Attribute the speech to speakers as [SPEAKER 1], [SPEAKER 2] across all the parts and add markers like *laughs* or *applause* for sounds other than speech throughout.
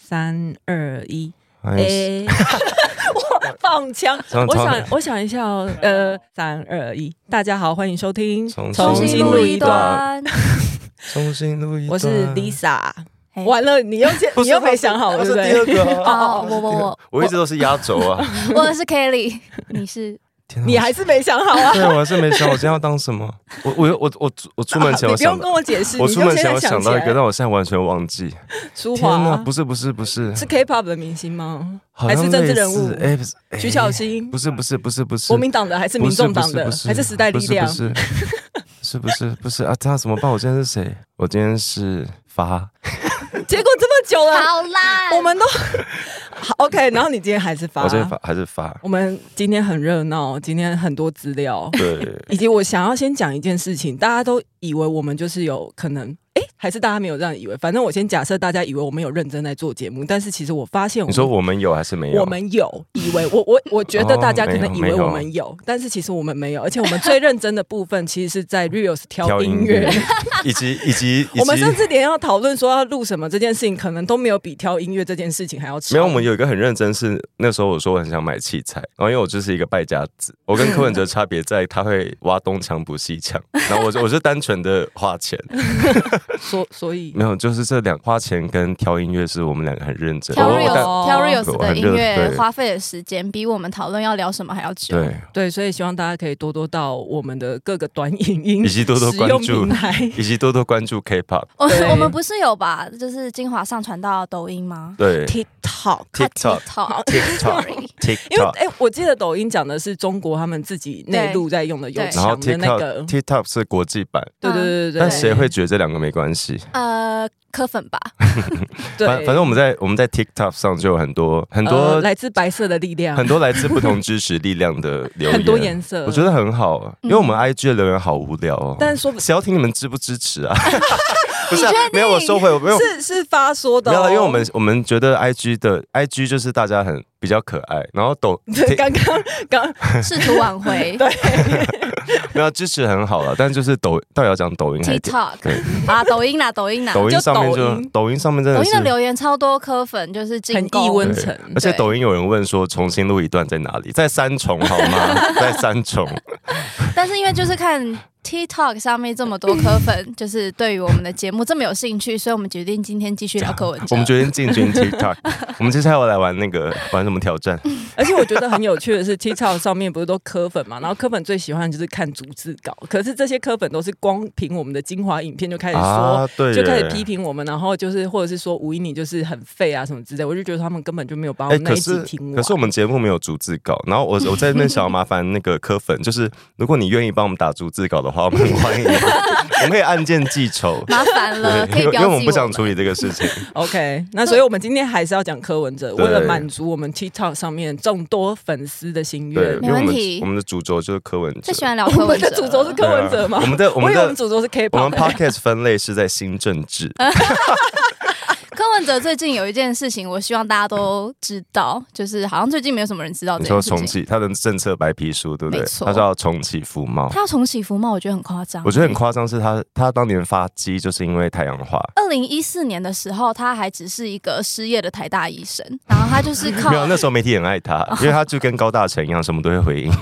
[SPEAKER 1] 三二一，
[SPEAKER 2] 哎
[SPEAKER 1] 哎，
[SPEAKER 2] *laughs*
[SPEAKER 1] 我放枪
[SPEAKER 2] 常常。
[SPEAKER 1] 我想，我想一下哦，呃，三二一，大家好，欢迎收听
[SPEAKER 2] 重
[SPEAKER 1] 重
[SPEAKER 2] 新
[SPEAKER 1] 新
[SPEAKER 2] 录
[SPEAKER 1] 录
[SPEAKER 2] 一
[SPEAKER 1] 一段。
[SPEAKER 2] 段，重新录一段
[SPEAKER 1] 我是 Lisa，
[SPEAKER 3] 嘿
[SPEAKER 1] 完了，你又见
[SPEAKER 2] 不
[SPEAKER 1] 你
[SPEAKER 2] 是
[SPEAKER 1] 又没想好，
[SPEAKER 2] 他
[SPEAKER 1] 对不
[SPEAKER 2] 是
[SPEAKER 1] 对
[SPEAKER 2] 第？二个
[SPEAKER 1] *laughs*
[SPEAKER 2] 啊、
[SPEAKER 3] 哦，我我我
[SPEAKER 2] 我一直都是压轴啊。
[SPEAKER 3] 我是 Kelly，你是
[SPEAKER 2] 天啊
[SPEAKER 1] 你还是没想好啊？
[SPEAKER 2] 对，我还是没想我今天要当
[SPEAKER 1] *laughs*
[SPEAKER 2] 什么。我我我我我出门前
[SPEAKER 1] 你
[SPEAKER 2] 我
[SPEAKER 1] 不用
[SPEAKER 2] 想
[SPEAKER 1] 跟
[SPEAKER 2] 到，
[SPEAKER 1] 我解释，
[SPEAKER 2] 我
[SPEAKER 1] 啊你
[SPEAKER 2] 出
[SPEAKER 1] 就
[SPEAKER 2] 门
[SPEAKER 1] 现
[SPEAKER 2] 前
[SPEAKER 1] 在
[SPEAKER 2] 我
[SPEAKER 1] 想
[SPEAKER 2] 想
[SPEAKER 1] 起
[SPEAKER 2] 到一
[SPEAKER 1] 来
[SPEAKER 2] 个，但我现在完全忘记。
[SPEAKER 1] 舒
[SPEAKER 2] 天哪，
[SPEAKER 1] 华
[SPEAKER 2] 不是不是不是，
[SPEAKER 1] 是 K-pop 的明星吗？
[SPEAKER 2] 好
[SPEAKER 1] 还
[SPEAKER 2] 像
[SPEAKER 1] 是政治人
[SPEAKER 2] 类似
[SPEAKER 1] 物？
[SPEAKER 2] 哎，不是哎
[SPEAKER 1] 徐巧芯
[SPEAKER 2] 不是不是不是不是，
[SPEAKER 1] 国民党的还是民众党的
[SPEAKER 2] 不是不是不是
[SPEAKER 1] 还是时代力量
[SPEAKER 2] 不？是不是是不是不是啊？这样怎么办？我今天是谁？我今天是发，
[SPEAKER 1] 结果这么久了，
[SPEAKER 3] 好
[SPEAKER 1] *laughs*
[SPEAKER 3] 啦，
[SPEAKER 1] 我们都好 OK。然后你今天还是发
[SPEAKER 2] 我哦今天发还
[SPEAKER 1] *laughs*
[SPEAKER 2] 是发？
[SPEAKER 1] 我们今天很热闹，今天很多资
[SPEAKER 2] *laughs*
[SPEAKER 1] 料，
[SPEAKER 2] 对，
[SPEAKER 1] 以及我想要先讲一件事情，大家都以为我们就是有可能，诶，还是大家没有这样以为。反正我先假设大家以为我们有认真在做节目，但是其实我发现我
[SPEAKER 2] 你
[SPEAKER 1] 们
[SPEAKER 2] 说我们有还是没有？
[SPEAKER 1] 我们有以为我我我觉得大家可能以
[SPEAKER 2] 哦
[SPEAKER 1] 为
[SPEAKER 2] 没有没有
[SPEAKER 1] 我们有，但是其实我们没有，而且我们最认真的部分其实是在 Reels 挑 *laughs*
[SPEAKER 2] 挑
[SPEAKER 1] 音
[SPEAKER 2] 音
[SPEAKER 1] 乐
[SPEAKER 2] 乐。， *laughs* 以及以及以及，
[SPEAKER 1] 我们甚至连要讨论说要录什么这件事情，可能都没有比挑音乐这件事情还要长。
[SPEAKER 2] 没有，我们有一个很认真是，那时候我说我很想买器材，然后因为我就是一个败家子，我跟柯文哲差别在他会挖东墙补西墙，然后我就我是单纯的花钱，
[SPEAKER 1] 所所以
[SPEAKER 2] 没有，就是这两花钱跟挑音乐是我们两个很认真。
[SPEAKER 3] 挑
[SPEAKER 2] 我
[SPEAKER 3] Rios
[SPEAKER 1] 哦
[SPEAKER 2] 但
[SPEAKER 3] 挑 Rios
[SPEAKER 2] 哦我
[SPEAKER 3] 的
[SPEAKER 2] 很
[SPEAKER 3] 音
[SPEAKER 2] 热
[SPEAKER 3] 乐
[SPEAKER 2] 对
[SPEAKER 3] 花费的时间比我们讨论要聊什么还要久。
[SPEAKER 2] 对，
[SPEAKER 1] 对，所以希望大家可以多多到我们的各个短影音
[SPEAKER 2] 以及多多
[SPEAKER 1] 使
[SPEAKER 2] 关
[SPEAKER 1] 用
[SPEAKER 2] 注
[SPEAKER 1] 平台。
[SPEAKER 2] 以及多多关注 K-pop，
[SPEAKER 3] 我
[SPEAKER 1] 对
[SPEAKER 3] 我们不是有把就是精华上传到抖音吗
[SPEAKER 2] 对
[SPEAKER 1] TikTok，
[SPEAKER 2] ，TikTok。
[SPEAKER 3] 好
[SPEAKER 1] *laughs*
[SPEAKER 2] TikTok，
[SPEAKER 1] 因为
[SPEAKER 2] TikTok，
[SPEAKER 1] 哎、我记得抖音讲的是中国他们自己内陆在用的有
[SPEAKER 3] 对
[SPEAKER 2] 然后
[SPEAKER 1] 墙的那个
[SPEAKER 2] TikTok，TikTok，是国际版，
[SPEAKER 1] 对对对对对，
[SPEAKER 2] 但谁会觉得这两个没关系？
[SPEAKER 3] 呃，科粉
[SPEAKER 2] *laughs*
[SPEAKER 3] 吧，
[SPEAKER 1] 对？呃
[SPEAKER 2] 反反正我们在我们在 TikTok 上就有很多
[SPEAKER 1] 很
[SPEAKER 2] 很多
[SPEAKER 1] 来自白色的力量，
[SPEAKER 2] 很多来自不同支持力量的留言，
[SPEAKER 1] 很多颜色，嗯
[SPEAKER 2] 我觉得很好，因为我们 IG 的留言好无聊哦。
[SPEAKER 1] 但说不
[SPEAKER 2] 谁要听你们支不支持
[SPEAKER 1] *laughs*
[SPEAKER 2] 啊？不是啊
[SPEAKER 3] 你确定
[SPEAKER 2] 没有，我收回，我没有。
[SPEAKER 1] 是是发说的、
[SPEAKER 2] 没有
[SPEAKER 1] 哦，
[SPEAKER 2] 啦，因为我们我们觉得 I G 的 I G 就是大家很比较可爱，然后抖
[SPEAKER 1] 刚刚刚
[SPEAKER 3] 试图挽回
[SPEAKER 2] *laughs* 没有支持很好了，但就是抖到底要讲抖音还是
[SPEAKER 3] TikTok
[SPEAKER 2] 对
[SPEAKER 3] 啊，抖音啦，抖音啦，
[SPEAKER 2] 抖音
[SPEAKER 1] 就
[SPEAKER 2] 上面
[SPEAKER 1] 抖
[SPEAKER 2] 就
[SPEAKER 1] 音
[SPEAKER 2] 抖音上面真
[SPEAKER 3] 抖
[SPEAKER 2] 的
[SPEAKER 3] 音
[SPEAKER 2] 是
[SPEAKER 3] 的留言超多科粉，就是进
[SPEAKER 1] 很
[SPEAKER 3] 攻
[SPEAKER 1] 易温
[SPEAKER 2] 对
[SPEAKER 1] 层，
[SPEAKER 2] 而且
[SPEAKER 3] 对
[SPEAKER 2] 抖音有人问说重新录一段在哪里，在三重好
[SPEAKER 1] *laughs*
[SPEAKER 2] 吗？在三重，
[SPEAKER 3] 但是因为就是看 TikTok 上面这么多科
[SPEAKER 2] *laughs*
[SPEAKER 3] 粉，就是对于我们的节目这么有兴趣，所以我们决定今天继续聊柯文哲。
[SPEAKER 2] 我们决定进军 TikTok，我们接下来要来玩那个玩什么挑战？
[SPEAKER 1] 而且我觉得很有趣的是，TikTok 上面不是都科粉嘛，然后科粉最喜欢就是看逐字稿，可是这些科粉都是光凭我们的精华影片就开始说。，
[SPEAKER 2] 啊对耶，
[SPEAKER 1] 就开始批评我们，然后就是或者是说吴一你就是很废啊什么之类，我就觉得他们根本就没有把我
[SPEAKER 2] 哎，
[SPEAKER 1] 们那
[SPEAKER 2] 可
[SPEAKER 1] 一集
[SPEAKER 2] 是
[SPEAKER 1] 听完。
[SPEAKER 2] 可是我们节目没有逐字稿，然后我我在那边想要麻烦那个柯粉，就是如果你愿意帮我们打逐字稿的话，我们很
[SPEAKER 1] *laughs*
[SPEAKER 2] 欢迎，我们可以按件记仇，
[SPEAKER 3] 麻烦了，呃可
[SPEAKER 2] 对，
[SPEAKER 3] 以
[SPEAKER 2] 因为
[SPEAKER 3] 标
[SPEAKER 2] 因
[SPEAKER 3] 记
[SPEAKER 2] 为我们不想
[SPEAKER 3] 们
[SPEAKER 2] 处理这个事
[SPEAKER 1] *laughs*
[SPEAKER 2] 情， *laughs*
[SPEAKER 1] OK，那所以我们今天还是要讲柯文哲，
[SPEAKER 2] 对
[SPEAKER 1] 为了满足我们 TikTok 上面众多粉丝的心
[SPEAKER 2] 对，
[SPEAKER 1] 愿
[SPEAKER 2] 因，
[SPEAKER 1] *laughs*
[SPEAKER 3] 没
[SPEAKER 2] 为我
[SPEAKER 3] 问
[SPEAKER 2] 们
[SPEAKER 3] 题
[SPEAKER 2] 我们的主轴就是柯文哲，
[SPEAKER 3] 最喜欢聊
[SPEAKER 1] 我
[SPEAKER 3] 柯
[SPEAKER 1] 们
[SPEAKER 3] 文哲
[SPEAKER 1] 的主轴是柯
[SPEAKER 2] 对啊
[SPEAKER 1] 文哲吗？
[SPEAKER 2] 我们的我
[SPEAKER 1] 我
[SPEAKER 2] 们
[SPEAKER 1] 以为我们
[SPEAKER 2] 的
[SPEAKER 1] 主轴是
[SPEAKER 2] 我
[SPEAKER 3] 哦
[SPEAKER 1] K-pop，
[SPEAKER 2] 们 podcast 分类是在新政治，
[SPEAKER 3] 柯文哲最近有一件事情，我希望大家都知道，就是好像最近没有什么人知道这
[SPEAKER 2] 你说
[SPEAKER 3] 件事
[SPEAKER 2] 重
[SPEAKER 3] 情。
[SPEAKER 2] 启他的政策白皮书，对不对
[SPEAKER 3] 没？错
[SPEAKER 2] 他说要重启服贸，
[SPEAKER 3] 他要重启服贸，我觉得很夸张。
[SPEAKER 2] 我觉得很夸张，是他他当年发迹就是因为太阳花。
[SPEAKER 3] 二零一四年的时候，他还只是一个失业的台大医生，然后他就是
[SPEAKER 2] *laughs*
[SPEAKER 3] 靠
[SPEAKER 2] 没，有，啊那时候媒体很爱
[SPEAKER 3] *laughs*
[SPEAKER 2] 他，因为他就跟高大成一样，什么都会回应。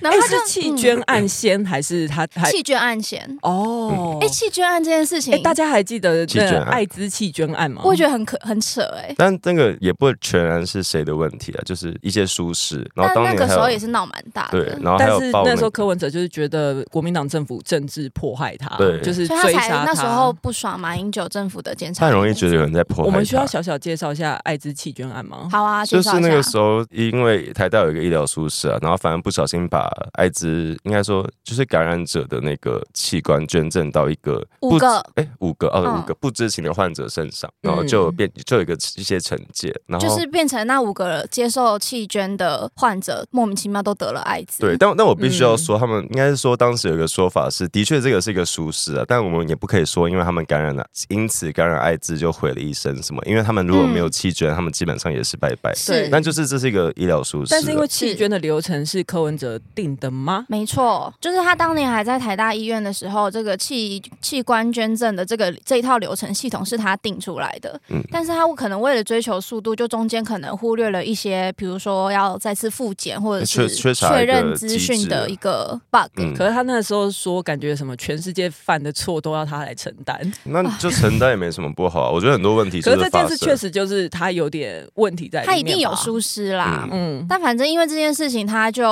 [SPEAKER 3] 然
[SPEAKER 1] 哎
[SPEAKER 3] 后他
[SPEAKER 1] 是
[SPEAKER 3] 就
[SPEAKER 1] 弃捐案先还是他
[SPEAKER 3] 嗯
[SPEAKER 2] 哎
[SPEAKER 1] 还
[SPEAKER 3] 弃捐案前。
[SPEAKER 1] 哦？
[SPEAKER 3] 哎，弃捐案这件事
[SPEAKER 1] 哎，
[SPEAKER 3] 情，
[SPEAKER 1] 大家还记得
[SPEAKER 2] 弃
[SPEAKER 1] 那
[SPEAKER 2] 捐
[SPEAKER 1] 个
[SPEAKER 2] 啊案
[SPEAKER 1] 艾滋弃捐案吗？
[SPEAKER 3] 我觉得很可很扯哎。
[SPEAKER 2] 但那个也不全然是谁的问题啊，就是一些疏失。然后
[SPEAKER 3] 但
[SPEAKER 2] 当
[SPEAKER 3] 那
[SPEAKER 2] 年
[SPEAKER 3] 个时候
[SPEAKER 2] 还有
[SPEAKER 3] 也是啊闹蛮大
[SPEAKER 2] 对
[SPEAKER 3] 的，，
[SPEAKER 2] 然后哦还
[SPEAKER 1] 但
[SPEAKER 2] 有
[SPEAKER 1] 是
[SPEAKER 2] 报
[SPEAKER 1] 那时候柯文哲就是觉得国民党政府政治迫害他，
[SPEAKER 2] 对
[SPEAKER 1] 就是
[SPEAKER 3] 所以他
[SPEAKER 1] 追
[SPEAKER 3] 才
[SPEAKER 1] 杀
[SPEAKER 3] 那时候不爽马英九政府的检察
[SPEAKER 2] 太
[SPEAKER 3] 院。
[SPEAKER 2] 容易觉得有人在破
[SPEAKER 1] 我
[SPEAKER 2] 坏
[SPEAKER 1] 们需要
[SPEAKER 2] 他。
[SPEAKER 1] 小小介绍一下艾滋弃捐案吗？
[SPEAKER 3] 好啊，
[SPEAKER 2] 就是那
[SPEAKER 3] 介绍
[SPEAKER 2] 个
[SPEAKER 3] 一下
[SPEAKER 2] 时候，因为台大有一个医疗疏失啊，然后反而不小心把艾滋，应该说就是感染者的那个器官捐赠到一个
[SPEAKER 3] 五个
[SPEAKER 2] 哎、五个哦、
[SPEAKER 3] 嗯
[SPEAKER 2] 五个不知情的患者身上，然后就有变就有一个一些惩戒，然后
[SPEAKER 3] 就是变成那五个接受弃捐的患者，莫名其妙都得了艾滋。
[SPEAKER 2] 对，，但但我必须
[SPEAKER 1] 嗯
[SPEAKER 2] 要说，他们应该是说当时有一个说法是，的确这个是一个疏失啊，但我们也不可以说，因为他们感染了，因此感染艾滋就毁了一生什么，因为他们如果没有
[SPEAKER 1] 嗯
[SPEAKER 2] 弃捐，他们基本上也是拜拜。
[SPEAKER 3] 是
[SPEAKER 1] 对
[SPEAKER 2] 但就是这是一个医疗疏失啊，
[SPEAKER 1] 但是因为弃捐的流程是柯文哲定的吗？
[SPEAKER 3] 没错，就是他当年还在台大医院的时候，这个器器官捐赠的这个这一套流程系统是他定出来的。
[SPEAKER 2] 嗯
[SPEAKER 3] 但是他可能为了追求速度，就中间可能忽略了一些，比如说要再次复检或者是
[SPEAKER 2] 哎缺缺少一个
[SPEAKER 3] 确认资
[SPEAKER 2] 机
[SPEAKER 3] 讯
[SPEAKER 2] 制
[SPEAKER 3] 的一个 bug。
[SPEAKER 2] 嗯
[SPEAKER 1] 可是他那时候说，感觉什么全世界犯的错都要他来承担。
[SPEAKER 2] 那就承担也没什么不好啊。我觉得很多问题
[SPEAKER 1] 啊可
[SPEAKER 2] 就是
[SPEAKER 1] 这
[SPEAKER 2] 是发
[SPEAKER 1] 件事确
[SPEAKER 2] 生，
[SPEAKER 1] 实就是他有点问题在里面吧，
[SPEAKER 3] 他一定有疏失啦。
[SPEAKER 2] 嗯
[SPEAKER 1] 嗯，
[SPEAKER 3] 但反正因为这件事情，他就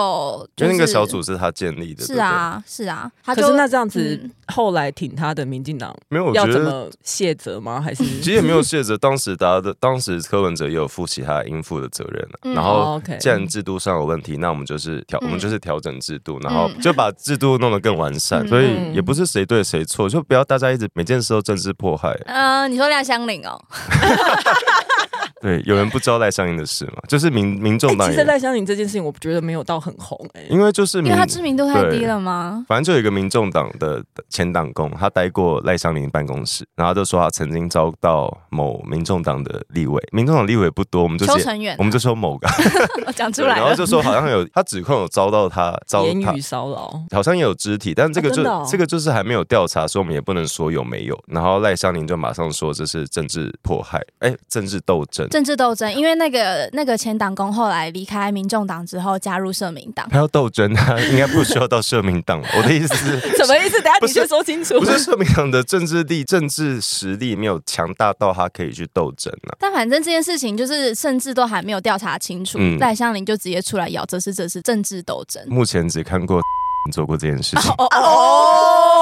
[SPEAKER 2] 因
[SPEAKER 3] 就
[SPEAKER 2] 为那
[SPEAKER 3] 是
[SPEAKER 2] 个小组是他建立的，
[SPEAKER 3] 是啊是啊，他
[SPEAKER 1] 可
[SPEAKER 3] 就是
[SPEAKER 1] 那这样子
[SPEAKER 3] 嗯，
[SPEAKER 1] 后来挺他的民进党
[SPEAKER 2] 对不对，没有，我
[SPEAKER 1] 要
[SPEAKER 2] 觉
[SPEAKER 1] 怎
[SPEAKER 2] 得
[SPEAKER 1] 么卸责吗？还是
[SPEAKER 2] *laughs* 其实
[SPEAKER 1] *laughs*
[SPEAKER 2] 也没有卸责，当时大家的当时柯文哲也有负起他应负的责任、啊
[SPEAKER 3] 嗯
[SPEAKER 2] 然
[SPEAKER 1] 哦
[SPEAKER 2] 后。
[SPEAKER 1] OK，
[SPEAKER 2] 既然制度上有问题，那我们就是调，
[SPEAKER 3] 嗯
[SPEAKER 2] 我们就是调整制度，然后
[SPEAKER 3] 嗯
[SPEAKER 2] 就把制度弄得更完善。
[SPEAKER 3] 嗯
[SPEAKER 2] 所以也不是谁对谁错，就不要大家一直每件事都政治迫害。
[SPEAKER 3] 呃，你说亮相领哦，
[SPEAKER 2] 对，有人不招赖相应的事嘛，就是民民众
[SPEAKER 1] 哎
[SPEAKER 2] 党
[SPEAKER 1] 其实
[SPEAKER 2] 也，
[SPEAKER 1] 赖香林这件事情，我觉得没有到很红哎、
[SPEAKER 2] 因为就是
[SPEAKER 3] 因
[SPEAKER 2] 民
[SPEAKER 3] 为，他知名度太低
[SPEAKER 2] 对
[SPEAKER 3] 了吗？
[SPEAKER 2] 反正就有一个民众党的前党工，他待过赖香林办公室，然后他就说他曾经遭到某民众党的立委，民众党立委不多，我们就
[SPEAKER 3] 邱
[SPEAKER 2] 直接
[SPEAKER 3] 成远啊
[SPEAKER 2] 我，们就说某个。
[SPEAKER 3] *laughs* 我讲出
[SPEAKER 2] 对，
[SPEAKER 3] 来
[SPEAKER 2] 然后
[SPEAKER 3] 了，
[SPEAKER 2] 就说好像有他指控有遭到
[SPEAKER 3] *laughs*
[SPEAKER 2] 他遭
[SPEAKER 1] 言
[SPEAKER 2] 他
[SPEAKER 1] 语。骚扰， *laughs*
[SPEAKER 2] 好像也有肢体，但这个
[SPEAKER 1] 啊
[SPEAKER 2] 就、
[SPEAKER 1] 真的哦
[SPEAKER 2] 这个就是还没有调查，所以我们也不能说有没有。然后赖香林就马上说这是政治迫害，哎，政治斗争。
[SPEAKER 3] 政治斗争，因为那个那个前党工后来离开民众党之后，加入社民
[SPEAKER 2] *laughs*
[SPEAKER 3] 党。
[SPEAKER 2] 他要斗争，他应该不需要到社民党吧。我的意思
[SPEAKER 1] *laughs*
[SPEAKER 2] 是，
[SPEAKER 1] 什么意思？等下
[SPEAKER 2] 不
[SPEAKER 1] 你
[SPEAKER 2] 是
[SPEAKER 1] 先说清楚
[SPEAKER 2] 不。是社民党的政治力、政治实力没有强大到他可以去斗争啊。
[SPEAKER 3] 但反正这件事情就是，甚至都还没有调查清楚
[SPEAKER 2] 嗯，
[SPEAKER 3] 赖、香林就直接出来咬，这是这是政治斗争。
[SPEAKER 2] 目前只看过 *laughs* 做过这件事情，
[SPEAKER 1] 哦哦，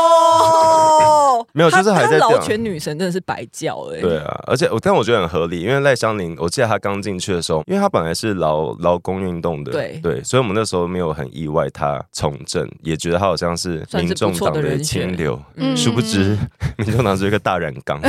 [SPEAKER 2] 没有就是还
[SPEAKER 1] 她
[SPEAKER 2] 在
[SPEAKER 1] 老
[SPEAKER 2] 调
[SPEAKER 1] 全女神真的是白叫
[SPEAKER 3] 欸
[SPEAKER 1] 哎、
[SPEAKER 2] 对啊，而且我但我觉得很合理，因为赖香林，我记得他刚进去的时候，因为他本来是劳劳工运动的，
[SPEAKER 1] 对
[SPEAKER 2] 对，所以我们那时候没有很意外他从政，也觉得他好像是
[SPEAKER 1] 算
[SPEAKER 2] 民
[SPEAKER 1] 是
[SPEAKER 2] 众
[SPEAKER 1] 不错
[SPEAKER 2] 党
[SPEAKER 1] 的人
[SPEAKER 2] 清
[SPEAKER 1] 选
[SPEAKER 2] 流，
[SPEAKER 1] 嗯
[SPEAKER 2] 殊不知民众党只是一个大染
[SPEAKER 3] *laughs*
[SPEAKER 2] 缸。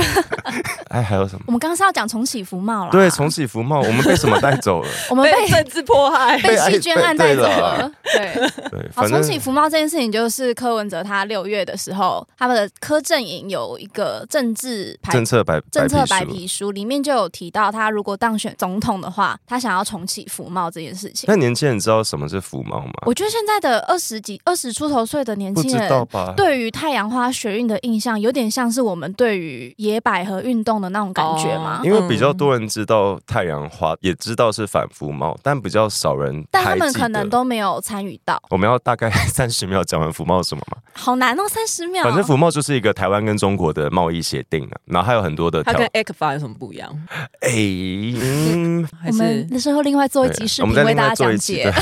[SPEAKER 2] 哎，还有什么？
[SPEAKER 3] 我们刚刚是要讲重启服贸啦，
[SPEAKER 2] 对，重启服贸，我们被什么带走了？
[SPEAKER 3] 我们
[SPEAKER 1] 被
[SPEAKER 3] 被
[SPEAKER 1] 政治迫害，
[SPEAKER 2] *laughs* 被
[SPEAKER 3] 被弃捐案带走了。对，
[SPEAKER 2] 对，
[SPEAKER 3] 好，
[SPEAKER 2] 反
[SPEAKER 3] 重
[SPEAKER 2] 正
[SPEAKER 3] 启服贸这件事情，就是柯文哲他六月的时候，他们的柯阵营有一个政治排
[SPEAKER 2] 政策白
[SPEAKER 3] 政策白
[SPEAKER 2] 白皮书。
[SPEAKER 3] 皮书里面就有提到，他如果当选总统的话，他想要重启服贸这件事情。
[SPEAKER 2] 那年轻人知道什么是服贸吗？
[SPEAKER 3] 我觉得现在的二十几、二十出头岁的年
[SPEAKER 2] 不
[SPEAKER 3] 轻
[SPEAKER 2] 知道
[SPEAKER 3] 人，
[SPEAKER 2] 吧？
[SPEAKER 3] 对于太阳花学运的印象，有点像是我们对于野百合运动的那种感觉吗？
[SPEAKER 2] 哦因为比较多人知道太阳花，也知道是反服贸，但比较少人
[SPEAKER 3] 但他
[SPEAKER 2] 还
[SPEAKER 3] 们
[SPEAKER 2] 记
[SPEAKER 3] 可
[SPEAKER 2] 得
[SPEAKER 3] 能都没有参与到，
[SPEAKER 2] 我们要大概 *laughs* 三十秒讲完服贸什么嘛？
[SPEAKER 3] 好难哦，三十秒。
[SPEAKER 2] 反正服贸就是一个台湾跟中国的贸易协定啊，然后还有很多的
[SPEAKER 1] 他
[SPEAKER 2] 条
[SPEAKER 1] 跟 ECFA 有什么不一样？
[SPEAKER 2] 哎，嗯，
[SPEAKER 1] 还
[SPEAKER 3] 我们
[SPEAKER 1] 是
[SPEAKER 3] 那时候另外做一集
[SPEAKER 2] 对
[SPEAKER 3] 视
[SPEAKER 2] 我
[SPEAKER 3] 频
[SPEAKER 2] 们再
[SPEAKER 3] 为
[SPEAKER 2] 另
[SPEAKER 3] 大
[SPEAKER 2] 外
[SPEAKER 3] 家
[SPEAKER 2] 做
[SPEAKER 3] 讲
[SPEAKER 2] 一期。
[SPEAKER 3] 解
[SPEAKER 2] 对。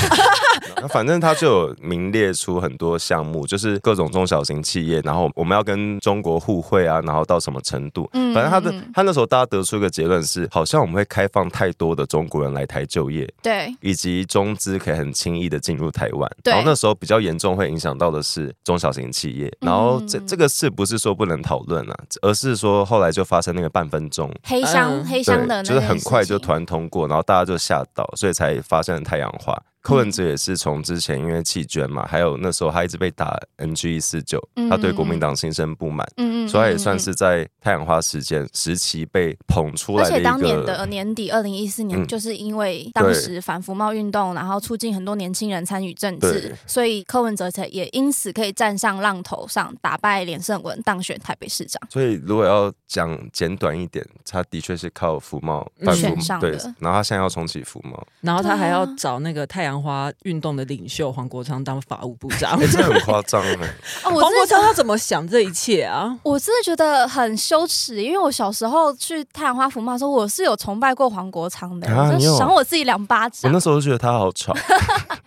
[SPEAKER 2] 那反正它就有名列出很多项目，就是各种中小型企业，然后我们要跟中国互惠啊，然后到什么程度？
[SPEAKER 3] 嗯
[SPEAKER 2] 反正他的
[SPEAKER 3] 嗯嗯
[SPEAKER 2] 他那时候大家得出一个结论是，好像我们会开放太多的中国人来台就业，
[SPEAKER 3] 对，
[SPEAKER 2] 以及中资可以很轻易的进入台湾。
[SPEAKER 3] 对
[SPEAKER 2] 然后那时候比较严重会影响到的是中小型企业。然后这
[SPEAKER 3] 嗯
[SPEAKER 2] 这个事不是说不能讨论啊，而是说后来就发生那个半分钟。
[SPEAKER 3] 黑箱、
[SPEAKER 1] 嗯
[SPEAKER 3] 黑
[SPEAKER 2] 对
[SPEAKER 3] 箱的，那
[SPEAKER 2] 就是
[SPEAKER 3] 件
[SPEAKER 2] 很
[SPEAKER 3] 事
[SPEAKER 2] 快就
[SPEAKER 3] 情
[SPEAKER 2] 突然通过，然后大家就吓到，所以才发生了太阳花。柯文
[SPEAKER 3] 嗯
[SPEAKER 2] 哲也是从之前因为弃捐嘛，还有那时候他一直被打 NG 一四九，他对国民党心生不满，
[SPEAKER 3] 嗯嗯
[SPEAKER 2] 所以他也算。
[SPEAKER 3] 嗯嗯
[SPEAKER 2] 是在太阳花事件时期被捧出
[SPEAKER 3] 而
[SPEAKER 2] 来的
[SPEAKER 3] 且
[SPEAKER 2] 一
[SPEAKER 3] 当年
[SPEAKER 2] 个
[SPEAKER 3] 的年底，二零一四
[SPEAKER 2] 嗯
[SPEAKER 3] 年，就是因为当时反服贸运动，然后促进很多年轻人参与政
[SPEAKER 2] 对
[SPEAKER 3] 治，所以柯文哲才也因此可以站上浪头上，打败连胜文，当选台北市长。
[SPEAKER 2] 所以如果要讲简短一点，他的确是靠服贸
[SPEAKER 1] 嗯
[SPEAKER 2] 反服
[SPEAKER 3] 选
[SPEAKER 2] 贸
[SPEAKER 3] 上
[SPEAKER 2] 对
[SPEAKER 3] 的，
[SPEAKER 2] 然后他现在要重启服贸，
[SPEAKER 1] 然后他还要
[SPEAKER 3] 对啊
[SPEAKER 1] 找那个太阳花运动的领袖黄国昌当法务部长
[SPEAKER 2] 哎、。 *laughs* 这很夸张哎，
[SPEAKER 3] 哦， *laughs*
[SPEAKER 1] 黄
[SPEAKER 3] 我
[SPEAKER 1] 国
[SPEAKER 3] 真的
[SPEAKER 1] 昌他怎么想这一切啊？
[SPEAKER 3] 我真的觉得很羞耻，因为我小时候去太阳花服贸的时候，我是有崇拜过黄国昌的，
[SPEAKER 2] 啊
[SPEAKER 3] 我
[SPEAKER 2] 你
[SPEAKER 3] 就
[SPEAKER 2] 有
[SPEAKER 3] 赏我自己两巴
[SPEAKER 2] 我
[SPEAKER 3] *laughs* 掌
[SPEAKER 2] 那。时候就觉得他好吵，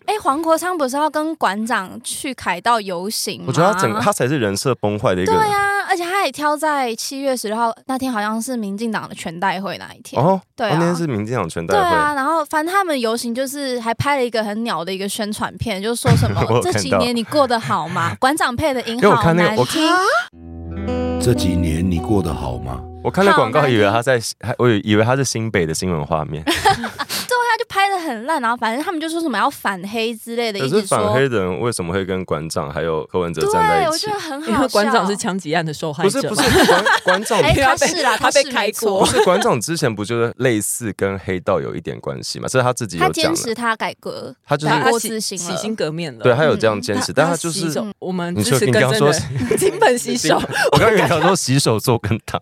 [SPEAKER 3] 哎、黄国昌不是要跟馆长去凯道游行吗？
[SPEAKER 2] 我觉得他
[SPEAKER 3] 啊
[SPEAKER 2] 整个他才是人设崩坏的一个
[SPEAKER 3] 对
[SPEAKER 2] 人。
[SPEAKER 3] 呀、而且他也挑在七月十六号那天，好像是民进党的全代会那一天。
[SPEAKER 2] 哦，
[SPEAKER 3] 对啊
[SPEAKER 2] 哦那天是民进党全代
[SPEAKER 3] 对
[SPEAKER 2] 会，
[SPEAKER 3] 啊，然后反正他们游行就是还拍了一个很鸟的一个宣传片，就说什
[SPEAKER 2] *laughs* 我
[SPEAKER 3] 么
[SPEAKER 2] 有
[SPEAKER 3] 这
[SPEAKER 2] 看
[SPEAKER 3] 几
[SPEAKER 2] 到
[SPEAKER 3] 年你过得好
[SPEAKER 2] *laughs*
[SPEAKER 3] 吗？馆长配的音
[SPEAKER 2] 因为我
[SPEAKER 3] 好
[SPEAKER 2] 看那个
[SPEAKER 3] 难
[SPEAKER 2] 我
[SPEAKER 3] 听，
[SPEAKER 4] 这几年你过得好吗？
[SPEAKER 2] 我看那广告
[SPEAKER 3] 好难
[SPEAKER 2] 以为
[SPEAKER 3] 听 *laughs*
[SPEAKER 2] 他在，还我以为他是新北的新闻画面，
[SPEAKER 3] 对啊，就拍的很烂，然后反正他们就说什么要反黑之类的，
[SPEAKER 2] 可
[SPEAKER 3] 一
[SPEAKER 2] 是
[SPEAKER 3] 直
[SPEAKER 2] 反黑
[SPEAKER 3] 说。
[SPEAKER 2] 的人为什么会跟馆长还有柯文哲站在
[SPEAKER 3] 对，
[SPEAKER 2] 一
[SPEAKER 3] 我
[SPEAKER 2] 起
[SPEAKER 3] 觉？得很
[SPEAKER 1] 因
[SPEAKER 3] 好
[SPEAKER 1] 为
[SPEAKER 3] 笑。
[SPEAKER 1] 馆长是枪击案的受害
[SPEAKER 2] 不
[SPEAKER 1] 者
[SPEAKER 2] 是
[SPEAKER 1] 嘛，
[SPEAKER 2] 不是馆馆长
[SPEAKER 3] *laughs* 哎，
[SPEAKER 1] 因为
[SPEAKER 3] 他
[SPEAKER 1] 被
[SPEAKER 3] 是啦，
[SPEAKER 1] *laughs* 他被
[SPEAKER 3] 是
[SPEAKER 1] 开
[SPEAKER 3] 没错
[SPEAKER 1] 锅
[SPEAKER 2] 不是馆长之前不就是类似跟黑道有一点关系嘛？这是他自己
[SPEAKER 3] 他
[SPEAKER 2] 有讲
[SPEAKER 3] 坚
[SPEAKER 2] 的，
[SPEAKER 3] 持他改革，
[SPEAKER 2] 他就是
[SPEAKER 3] 他
[SPEAKER 1] 他
[SPEAKER 3] 郭
[SPEAKER 1] 洗
[SPEAKER 3] 自
[SPEAKER 1] 洗
[SPEAKER 3] 信了
[SPEAKER 1] 心革面了。
[SPEAKER 2] 对他有这
[SPEAKER 3] 嗯
[SPEAKER 2] 样坚持，但
[SPEAKER 1] 他
[SPEAKER 2] 他就
[SPEAKER 1] 洗
[SPEAKER 2] 是
[SPEAKER 1] 手我们
[SPEAKER 2] 你
[SPEAKER 1] 支
[SPEAKER 2] 说
[SPEAKER 1] 持
[SPEAKER 2] 你
[SPEAKER 1] 更
[SPEAKER 2] 刚刚
[SPEAKER 1] 正
[SPEAKER 2] 说 *laughs*
[SPEAKER 1] 的 *laughs* 金盆洗手，
[SPEAKER 2] 我刚刚想说洗手做羹
[SPEAKER 3] *laughs*
[SPEAKER 2] 汤，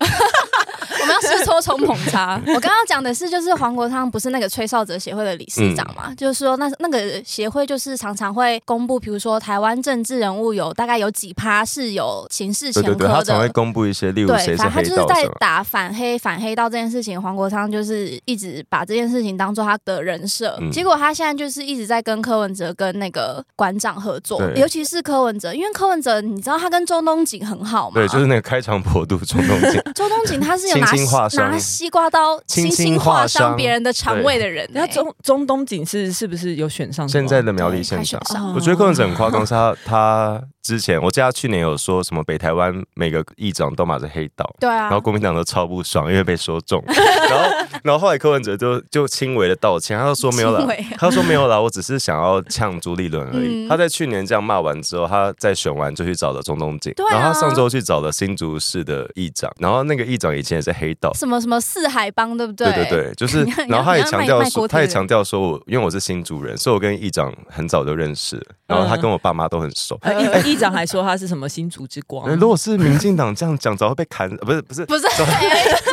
[SPEAKER 3] 我们要试抽冲捧 *laughs* 茶。我刚刚讲的是，就是黄国昌不是那个吹哨者协会的理事长嘛？就是说那那个协会就是常常会公布，比如说台湾政治人物有大概有几趴是有刑事前
[SPEAKER 2] 对
[SPEAKER 3] 科
[SPEAKER 2] 对
[SPEAKER 3] 的。
[SPEAKER 2] 对，他常会公布一些，例如谁是
[SPEAKER 3] 对，反正他
[SPEAKER 2] 黑
[SPEAKER 3] 就是
[SPEAKER 2] 道
[SPEAKER 3] 在
[SPEAKER 2] 什么。
[SPEAKER 3] 打反黑、反黑道这件事情。黄国昌就是一直把这件事情当做他的人设，
[SPEAKER 2] 嗯
[SPEAKER 3] 结果他现在就是一直在跟柯文哲跟那个馆长合作，
[SPEAKER 2] 对
[SPEAKER 3] 尤其是柯文哲，因为柯文哲你知道他跟周东锦很好嘛，
[SPEAKER 2] 对，就是那个开肠破肚冲动
[SPEAKER 3] *laughs*
[SPEAKER 2] 症。
[SPEAKER 3] 周东锦他是
[SPEAKER 2] *laughs*
[SPEAKER 3] 有拿
[SPEAKER 2] 轻轻划伤
[SPEAKER 3] 拿西瓜刀
[SPEAKER 2] 轻
[SPEAKER 3] 轻
[SPEAKER 2] 轻
[SPEAKER 3] 轻
[SPEAKER 2] 划
[SPEAKER 3] 划
[SPEAKER 2] 伤
[SPEAKER 3] 伤别人的肠胃的人、欸，
[SPEAKER 1] 那中中东警是是不是有选上什么？啊
[SPEAKER 2] 现在的苗栗
[SPEAKER 3] 对
[SPEAKER 2] 县
[SPEAKER 3] 他
[SPEAKER 2] 长
[SPEAKER 3] 选，上了
[SPEAKER 2] 我觉得柯文哲很夸张，是他他之前，我记得他去年有说什么北台湾每个议长都嘛是黑道。
[SPEAKER 3] 对啊
[SPEAKER 2] 然后，国民党都超不爽，因为被说
[SPEAKER 3] *laughs*
[SPEAKER 2] 中。然后，然后后来柯文哲就就轻微的道歉，他就说没有啦
[SPEAKER 3] 轻微啊，
[SPEAKER 2] 他就说没有啦，我只是想要呛朱立伦而已。
[SPEAKER 3] 嗯
[SPEAKER 2] 他在去年这样骂完之后，他在选完就去找了中东锦，
[SPEAKER 3] 对啊
[SPEAKER 2] 然后他上周去找了新竹市的议长，然后那个议长以前也是黑道，
[SPEAKER 3] 什么什么四海帮，对不对？
[SPEAKER 2] 对对，就是
[SPEAKER 3] *laughs* 你要，
[SPEAKER 2] 然后他也
[SPEAKER 3] 你要
[SPEAKER 2] 强
[SPEAKER 3] 卖
[SPEAKER 2] 调
[SPEAKER 3] 卖
[SPEAKER 2] 说，
[SPEAKER 3] 国
[SPEAKER 2] 他也
[SPEAKER 3] 铁
[SPEAKER 2] 强调说我，因为我是新竹人，所以我跟议长很早就认识了，然后
[SPEAKER 3] 嗯
[SPEAKER 2] 他跟我爸妈都很熟。
[SPEAKER 1] *laughs*
[SPEAKER 2] *laughs*
[SPEAKER 1] 呃议议长还说他是什么新竹之光
[SPEAKER 2] 呃，如果是民进党这样讲，早就被砍，呃
[SPEAKER 1] *laughs*
[SPEAKER 2] 不是不是
[SPEAKER 3] 不是，
[SPEAKER 2] 早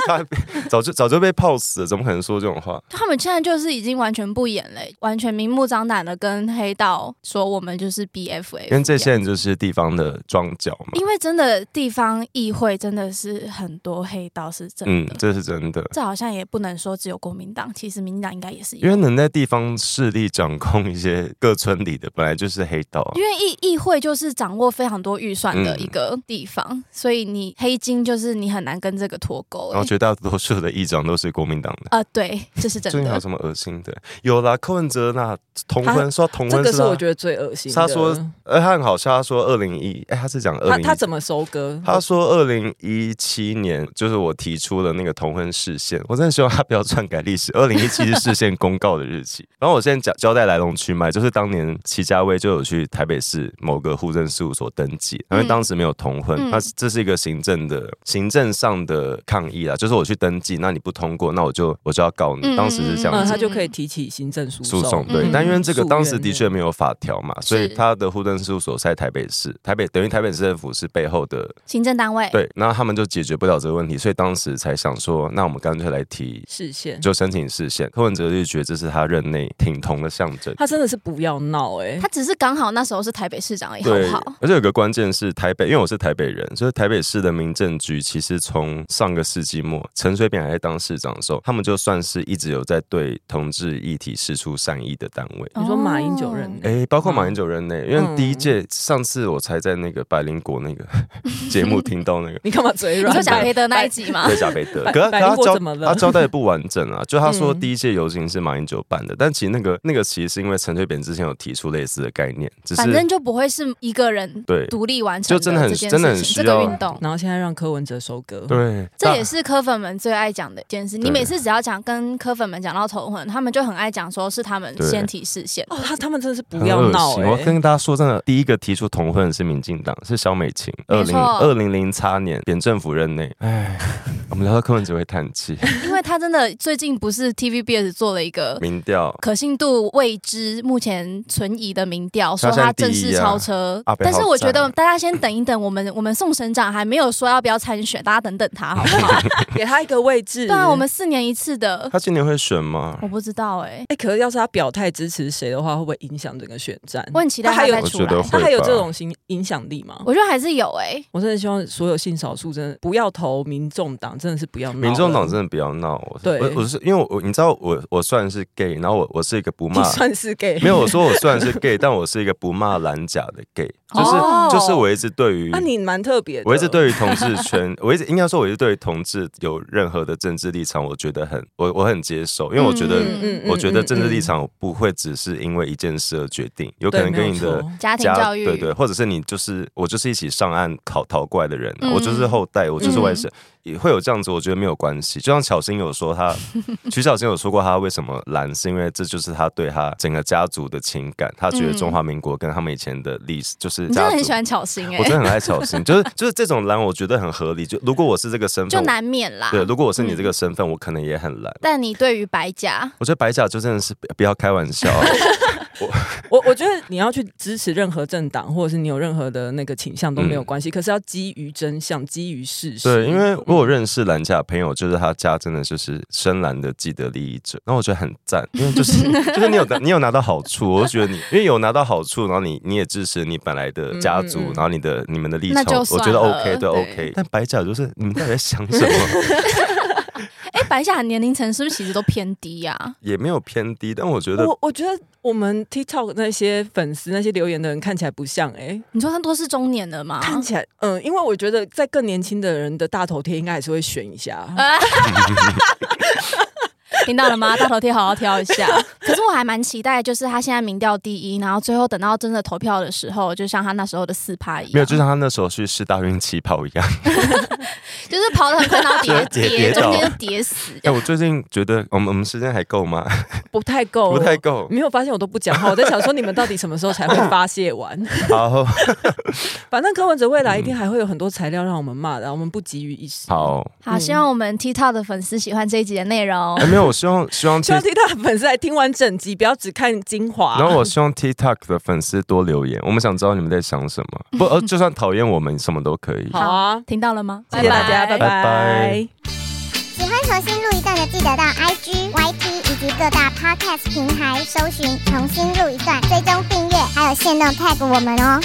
[SPEAKER 2] 他早 *laughs* 就早就被泡死了，怎么可能说这种话？
[SPEAKER 3] 他们现在就是已经完全不演了，欸完全明目张胆的跟黑道说我们就是 B F A，
[SPEAKER 2] 因为这些人就是地方的庄脚嘛，
[SPEAKER 3] 因为真的地方议会真的是很多黑道是真
[SPEAKER 2] 嗯
[SPEAKER 3] 的，，
[SPEAKER 2] 这是真的。
[SPEAKER 3] 这好像也不能说只有国民党，其实民进党应该也是有
[SPEAKER 2] 因。为能在地方势力掌控一些各村里的，本来就是黑道啊。
[SPEAKER 3] 因为议议会就是掌握非常多预算的
[SPEAKER 2] 嗯
[SPEAKER 3] 一个地方，所以你黑金就是你很难跟这个脱钩、
[SPEAKER 2] 然后
[SPEAKER 3] 欸。
[SPEAKER 2] 绝大多数的议长都是国民党的，
[SPEAKER 3] 啊、对，这是真
[SPEAKER 2] 最近还有
[SPEAKER 3] 的。
[SPEAKER 2] 什么恶心的？有啦，柯文哲那同
[SPEAKER 1] 他
[SPEAKER 2] 婚说同
[SPEAKER 1] 这
[SPEAKER 2] 婚
[SPEAKER 1] 个
[SPEAKER 2] 是
[SPEAKER 1] 是
[SPEAKER 2] 他
[SPEAKER 1] 我觉得最恶心的。
[SPEAKER 2] 他说呃，他很好笑，他说二零一，哎，他是讲二
[SPEAKER 1] 他
[SPEAKER 2] 零，
[SPEAKER 1] 他怎么收割？嗯
[SPEAKER 2] 他说二零一七年就是我提出了那个同婚视线，我真的希望他不要篡改历史。二零一七是视线公告的日期。 *laughs* 然后我现在交交代来龙去脉，就是当年齐家威就有去台北市某个户政事务所登记，因为
[SPEAKER 3] 嗯
[SPEAKER 2] 当时没有同婚，
[SPEAKER 3] 嗯
[SPEAKER 2] 那这是一个行政的行政上的抗议啊啦，就是我去登记，那你不通过，那我就我就要告你。
[SPEAKER 3] 嗯
[SPEAKER 2] 当时是这样
[SPEAKER 1] 嗯，
[SPEAKER 2] 子
[SPEAKER 1] 他就可以提起行政诉
[SPEAKER 2] 诉讼
[SPEAKER 1] 讼。
[SPEAKER 2] 对
[SPEAKER 3] 嗯，
[SPEAKER 2] 但因为这个当时的
[SPEAKER 1] 诉
[SPEAKER 2] 确
[SPEAKER 1] 愿
[SPEAKER 2] 没有法条嘛，所以他的户政事务所是在台北市，台北等于台北市政府是背后的
[SPEAKER 3] 行政单位，
[SPEAKER 2] 对，那他们就解决不了这个问题，所以当时才想说，那我们干脆来提，
[SPEAKER 1] 视线，
[SPEAKER 2] 就申请视线。柯文哲就觉得这是他任内挺同的象征。
[SPEAKER 1] 他真的是不要闹哎
[SPEAKER 3] 他。只是刚好那时候是台北市长而已，好
[SPEAKER 2] 对
[SPEAKER 3] 不好？，
[SPEAKER 2] 而且有个关键是台北，因为我是台北人，所以台北市的民政局其实从上个世纪末陈水扁还在当市长的时候，他们就算是一直有在对同志议题释出善意的单位。
[SPEAKER 1] 你说马英九任
[SPEAKER 3] 哦
[SPEAKER 1] 内
[SPEAKER 2] 诶，包括马英九任内，因
[SPEAKER 1] 嗯
[SPEAKER 2] 为第一届上次我才在那个百灵果那个 *laughs*
[SPEAKER 1] *laughs*
[SPEAKER 2] 节目听到那个，
[SPEAKER 1] 你干嘛嘴
[SPEAKER 3] 你
[SPEAKER 1] 软？
[SPEAKER 2] *laughs*
[SPEAKER 3] 说贾培德那一集
[SPEAKER 1] *laughs*
[SPEAKER 3] 吗
[SPEAKER 2] 对？贾北德，
[SPEAKER 1] 百
[SPEAKER 2] 可是可
[SPEAKER 1] 百
[SPEAKER 2] 是
[SPEAKER 1] 灵
[SPEAKER 2] 他
[SPEAKER 1] 果
[SPEAKER 2] 交
[SPEAKER 1] 怎么了
[SPEAKER 2] 他交代得不完整啊，就他说
[SPEAKER 1] 嗯
[SPEAKER 2] 第一届游行是马英九办的，但其实那个那个其实是因为陈水扁之前有提出类似的概念，只
[SPEAKER 3] 反
[SPEAKER 2] 是
[SPEAKER 3] 正就不会是一个人
[SPEAKER 2] 对
[SPEAKER 3] 独立完成
[SPEAKER 2] 就真的很
[SPEAKER 3] 这件
[SPEAKER 2] 真的很
[SPEAKER 3] 事
[SPEAKER 2] 需
[SPEAKER 3] 情，这
[SPEAKER 2] 要
[SPEAKER 3] 个运动。
[SPEAKER 1] 然后现在让柯文哲收割，
[SPEAKER 2] 对，
[SPEAKER 3] 这也
[SPEAKER 2] 大
[SPEAKER 3] 是科粉们最爱讲的一件事。你
[SPEAKER 2] 对
[SPEAKER 3] 每次只要讲跟科粉们讲到头昏，他们就很爱讲说是他们
[SPEAKER 2] 对
[SPEAKER 3] 先提视线。
[SPEAKER 1] 哦，他他们真的是不
[SPEAKER 2] 很
[SPEAKER 1] 要
[SPEAKER 2] 恶
[SPEAKER 1] 闹
[SPEAKER 3] 欸
[SPEAKER 2] 心我
[SPEAKER 1] 哎。
[SPEAKER 2] 跟大家说真的，第一个提出同婚的是民进党，是小美琴，二
[SPEAKER 3] 没
[SPEAKER 2] 零
[SPEAKER 3] 错
[SPEAKER 2] 二零零叉年扁政府任内，哎，我们聊到柯文哲会叹气，
[SPEAKER 3] 因为他真的最近不是 TVBS 做了一个
[SPEAKER 2] 民
[SPEAKER 3] *laughs*
[SPEAKER 2] 调
[SPEAKER 3] 可信度未知、目前存疑的民调，说
[SPEAKER 2] 他现在
[SPEAKER 3] 他正
[SPEAKER 2] 第
[SPEAKER 3] 式
[SPEAKER 2] 一啊
[SPEAKER 3] 超车。
[SPEAKER 2] 阿北
[SPEAKER 3] 但是
[SPEAKER 2] 好
[SPEAKER 3] 我觉得
[SPEAKER 2] 赞
[SPEAKER 3] 大家先等一等，我们我们宋省长还没有说要不要参选，大家等等他好不 *laughs* 好？
[SPEAKER 1] 给他一个位置。
[SPEAKER 3] 对啊，我们四年一次的，
[SPEAKER 2] 他今年会选吗？
[SPEAKER 3] 我不知道哎、
[SPEAKER 1] 哎，可是要是他表态支持谁的话，会不会影响整个选战？
[SPEAKER 3] 我很期待
[SPEAKER 1] 他还
[SPEAKER 3] 他
[SPEAKER 1] 有
[SPEAKER 3] 再
[SPEAKER 2] 我
[SPEAKER 3] 出
[SPEAKER 2] 觉
[SPEAKER 3] 来
[SPEAKER 2] 得。
[SPEAKER 1] 他
[SPEAKER 2] 会
[SPEAKER 1] 还有
[SPEAKER 2] 吧
[SPEAKER 1] 这种影影响力吗？
[SPEAKER 3] 嗯我觉得还是有哎、
[SPEAKER 1] 我真的希望所有性少数真的不要投民众党，真的是不要闹了。
[SPEAKER 2] 民众党真的不要闹，我
[SPEAKER 1] 对
[SPEAKER 2] 我我是因为我你知道我我算是 gay，然后我我是一个不
[SPEAKER 1] 你
[SPEAKER 2] 骂
[SPEAKER 1] 算是 gay
[SPEAKER 2] 没有，我说我虽然是 gay，但我是一个不骂蓝甲的 gay，就是、
[SPEAKER 3] 哦
[SPEAKER 2] 就是我一直对于
[SPEAKER 1] 那、。啊你蛮特别的。
[SPEAKER 2] 我一
[SPEAKER 1] *laughs*
[SPEAKER 2] 直对于同志圈，我一直应该说，我一直对于同志有任何的政治立场，我觉得很我我很接受，因为我觉得、
[SPEAKER 3] 嗯
[SPEAKER 2] 我觉得政治立。
[SPEAKER 1] 嗯嗯
[SPEAKER 2] 场不会只是因为一件事而决定，有
[SPEAKER 1] 对
[SPEAKER 2] 可能
[SPEAKER 1] 没
[SPEAKER 2] 跟
[SPEAKER 1] 有
[SPEAKER 2] 你的
[SPEAKER 1] 错
[SPEAKER 3] 家庭
[SPEAKER 2] 家
[SPEAKER 3] 教育，
[SPEAKER 2] 对对，或者是你就是我就是一起上岸逃逃过来的人啊、
[SPEAKER 3] 嗯
[SPEAKER 2] 我就是后代，我就是外省，也会有这样子，我觉得没有关系。就像巧心有说
[SPEAKER 3] *laughs*
[SPEAKER 2] 他，曲小新有说过他为什么蓝，是因为这就是他对他整个家族的情感，他觉得中华民国跟他们以前的历史就是
[SPEAKER 3] 嗯你真
[SPEAKER 2] 家
[SPEAKER 3] 的
[SPEAKER 2] 族。
[SPEAKER 3] 很喜欢巧心哎、
[SPEAKER 2] 我真的很爱巧心，就是就是这种蓝，我觉得很合理。就如果我是这个身
[SPEAKER 3] *laughs* 就
[SPEAKER 2] 份，
[SPEAKER 3] 难嗯免啦。
[SPEAKER 2] 对，如果我是你这个身份，我可能也很蓝。
[SPEAKER 3] 但你对于白甲，
[SPEAKER 2] 我觉得白甲就真的是不不要开玩笑，啊
[SPEAKER 1] 我我觉得你要去支持任何政党，或者是你有任何的那个倾向都没有
[SPEAKER 2] 嗯
[SPEAKER 1] 关系，可是要基于真相，基于事实。
[SPEAKER 2] 对，因为我有认识蓝甲的朋友，就是他家真的就是深蓝的既得利益者，然后我觉得很赞，因为就是就是你有拿你有拿到好处，我就觉得你因为有拿到好处，然后你你也支持你本来的家族，
[SPEAKER 1] 嗯嗯嗯
[SPEAKER 2] 然后你的你们的立
[SPEAKER 3] 那
[SPEAKER 2] 场
[SPEAKER 3] 就，
[SPEAKER 2] 我
[SPEAKER 3] 算
[SPEAKER 2] 觉得
[SPEAKER 3] 了
[SPEAKER 2] OK 的
[SPEAKER 3] 对
[SPEAKER 2] OK。但白甲就是你们到底在想什么？ *laughs*
[SPEAKER 3] 哎、白甲的年龄层是不是其实都偏低呀、啊？
[SPEAKER 2] 也没有偏低，但我觉得
[SPEAKER 1] 我我觉得我们 TikTok 那些粉丝那些留言的人看起来不像哎、
[SPEAKER 3] 你说他都是中年了吗？
[SPEAKER 1] 看起来嗯、因为我觉得在更年轻的人的大头贴应该还是会选一下。
[SPEAKER 3] 听到了 *laughs* 吗？大头贴好好挑一下。 *laughs* 可是我还蛮期待，就是他现在民调第一，然后最后等到真的投票的时候，就像他那时候的四趴一样，
[SPEAKER 2] 没有，就像他那时候去试大运起跑一样。
[SPEAKER 3] 就是跑得很快，然后跌
[SPEAKER 2] *laughs* 跌
[SPEAKER 3] 跌，
[SPEAKER 2] 跌倒
[SPEAKER 3] 中间就跌死。
[SPEAKER 2] *laughs* 哎，我最近觉得我们我们时间还够吗？
[SPEAKER 1] 不太够，
[SPEAKER 2] 不太够
[SPEAKER 1] 没有发现我都不讲话，我在想说你们到底什么时候才会发泄
[SPEAKER 2] *laughs*
[SPEAKER 1] 完？
[SPEAKER 2] 好
[SPEAKER 1] 反正柯文哲未来一定还会有很多材料让我们骂的，我们不急于一时。
[SPEAKER 2] 好，
[SPEAKER 3] 好，希望我们 TikTok 的粉丝喜欢这一集的内容
[SPEAKER 2] 哎，。没有，我希望希望
[SPEAKER 1] 希望听到的粉丝来听完整集，不要只看精华。
[SPEAKER 2] 然后我希望 TikTok 的粉丝多留言，我们想知道你们在想什么。不，呃，就算讨厌我们，什么都可以。
[SPEAKER 1] 好啊，
[SPEAKER 3] 听到了吗？
[SPEAKER 1] 谢谢大家，拜
[SPEAKER 2] 拜
[SPEAKER 3] 拜
[SPEAKER 2] 拜
[SPEAKER 5] 喜欢重新录一段的，记得到 IG、YT 以及各大 Podcast 平台搜寻“重新录一段”，追踪订阅，还有限定 tag 我们哦。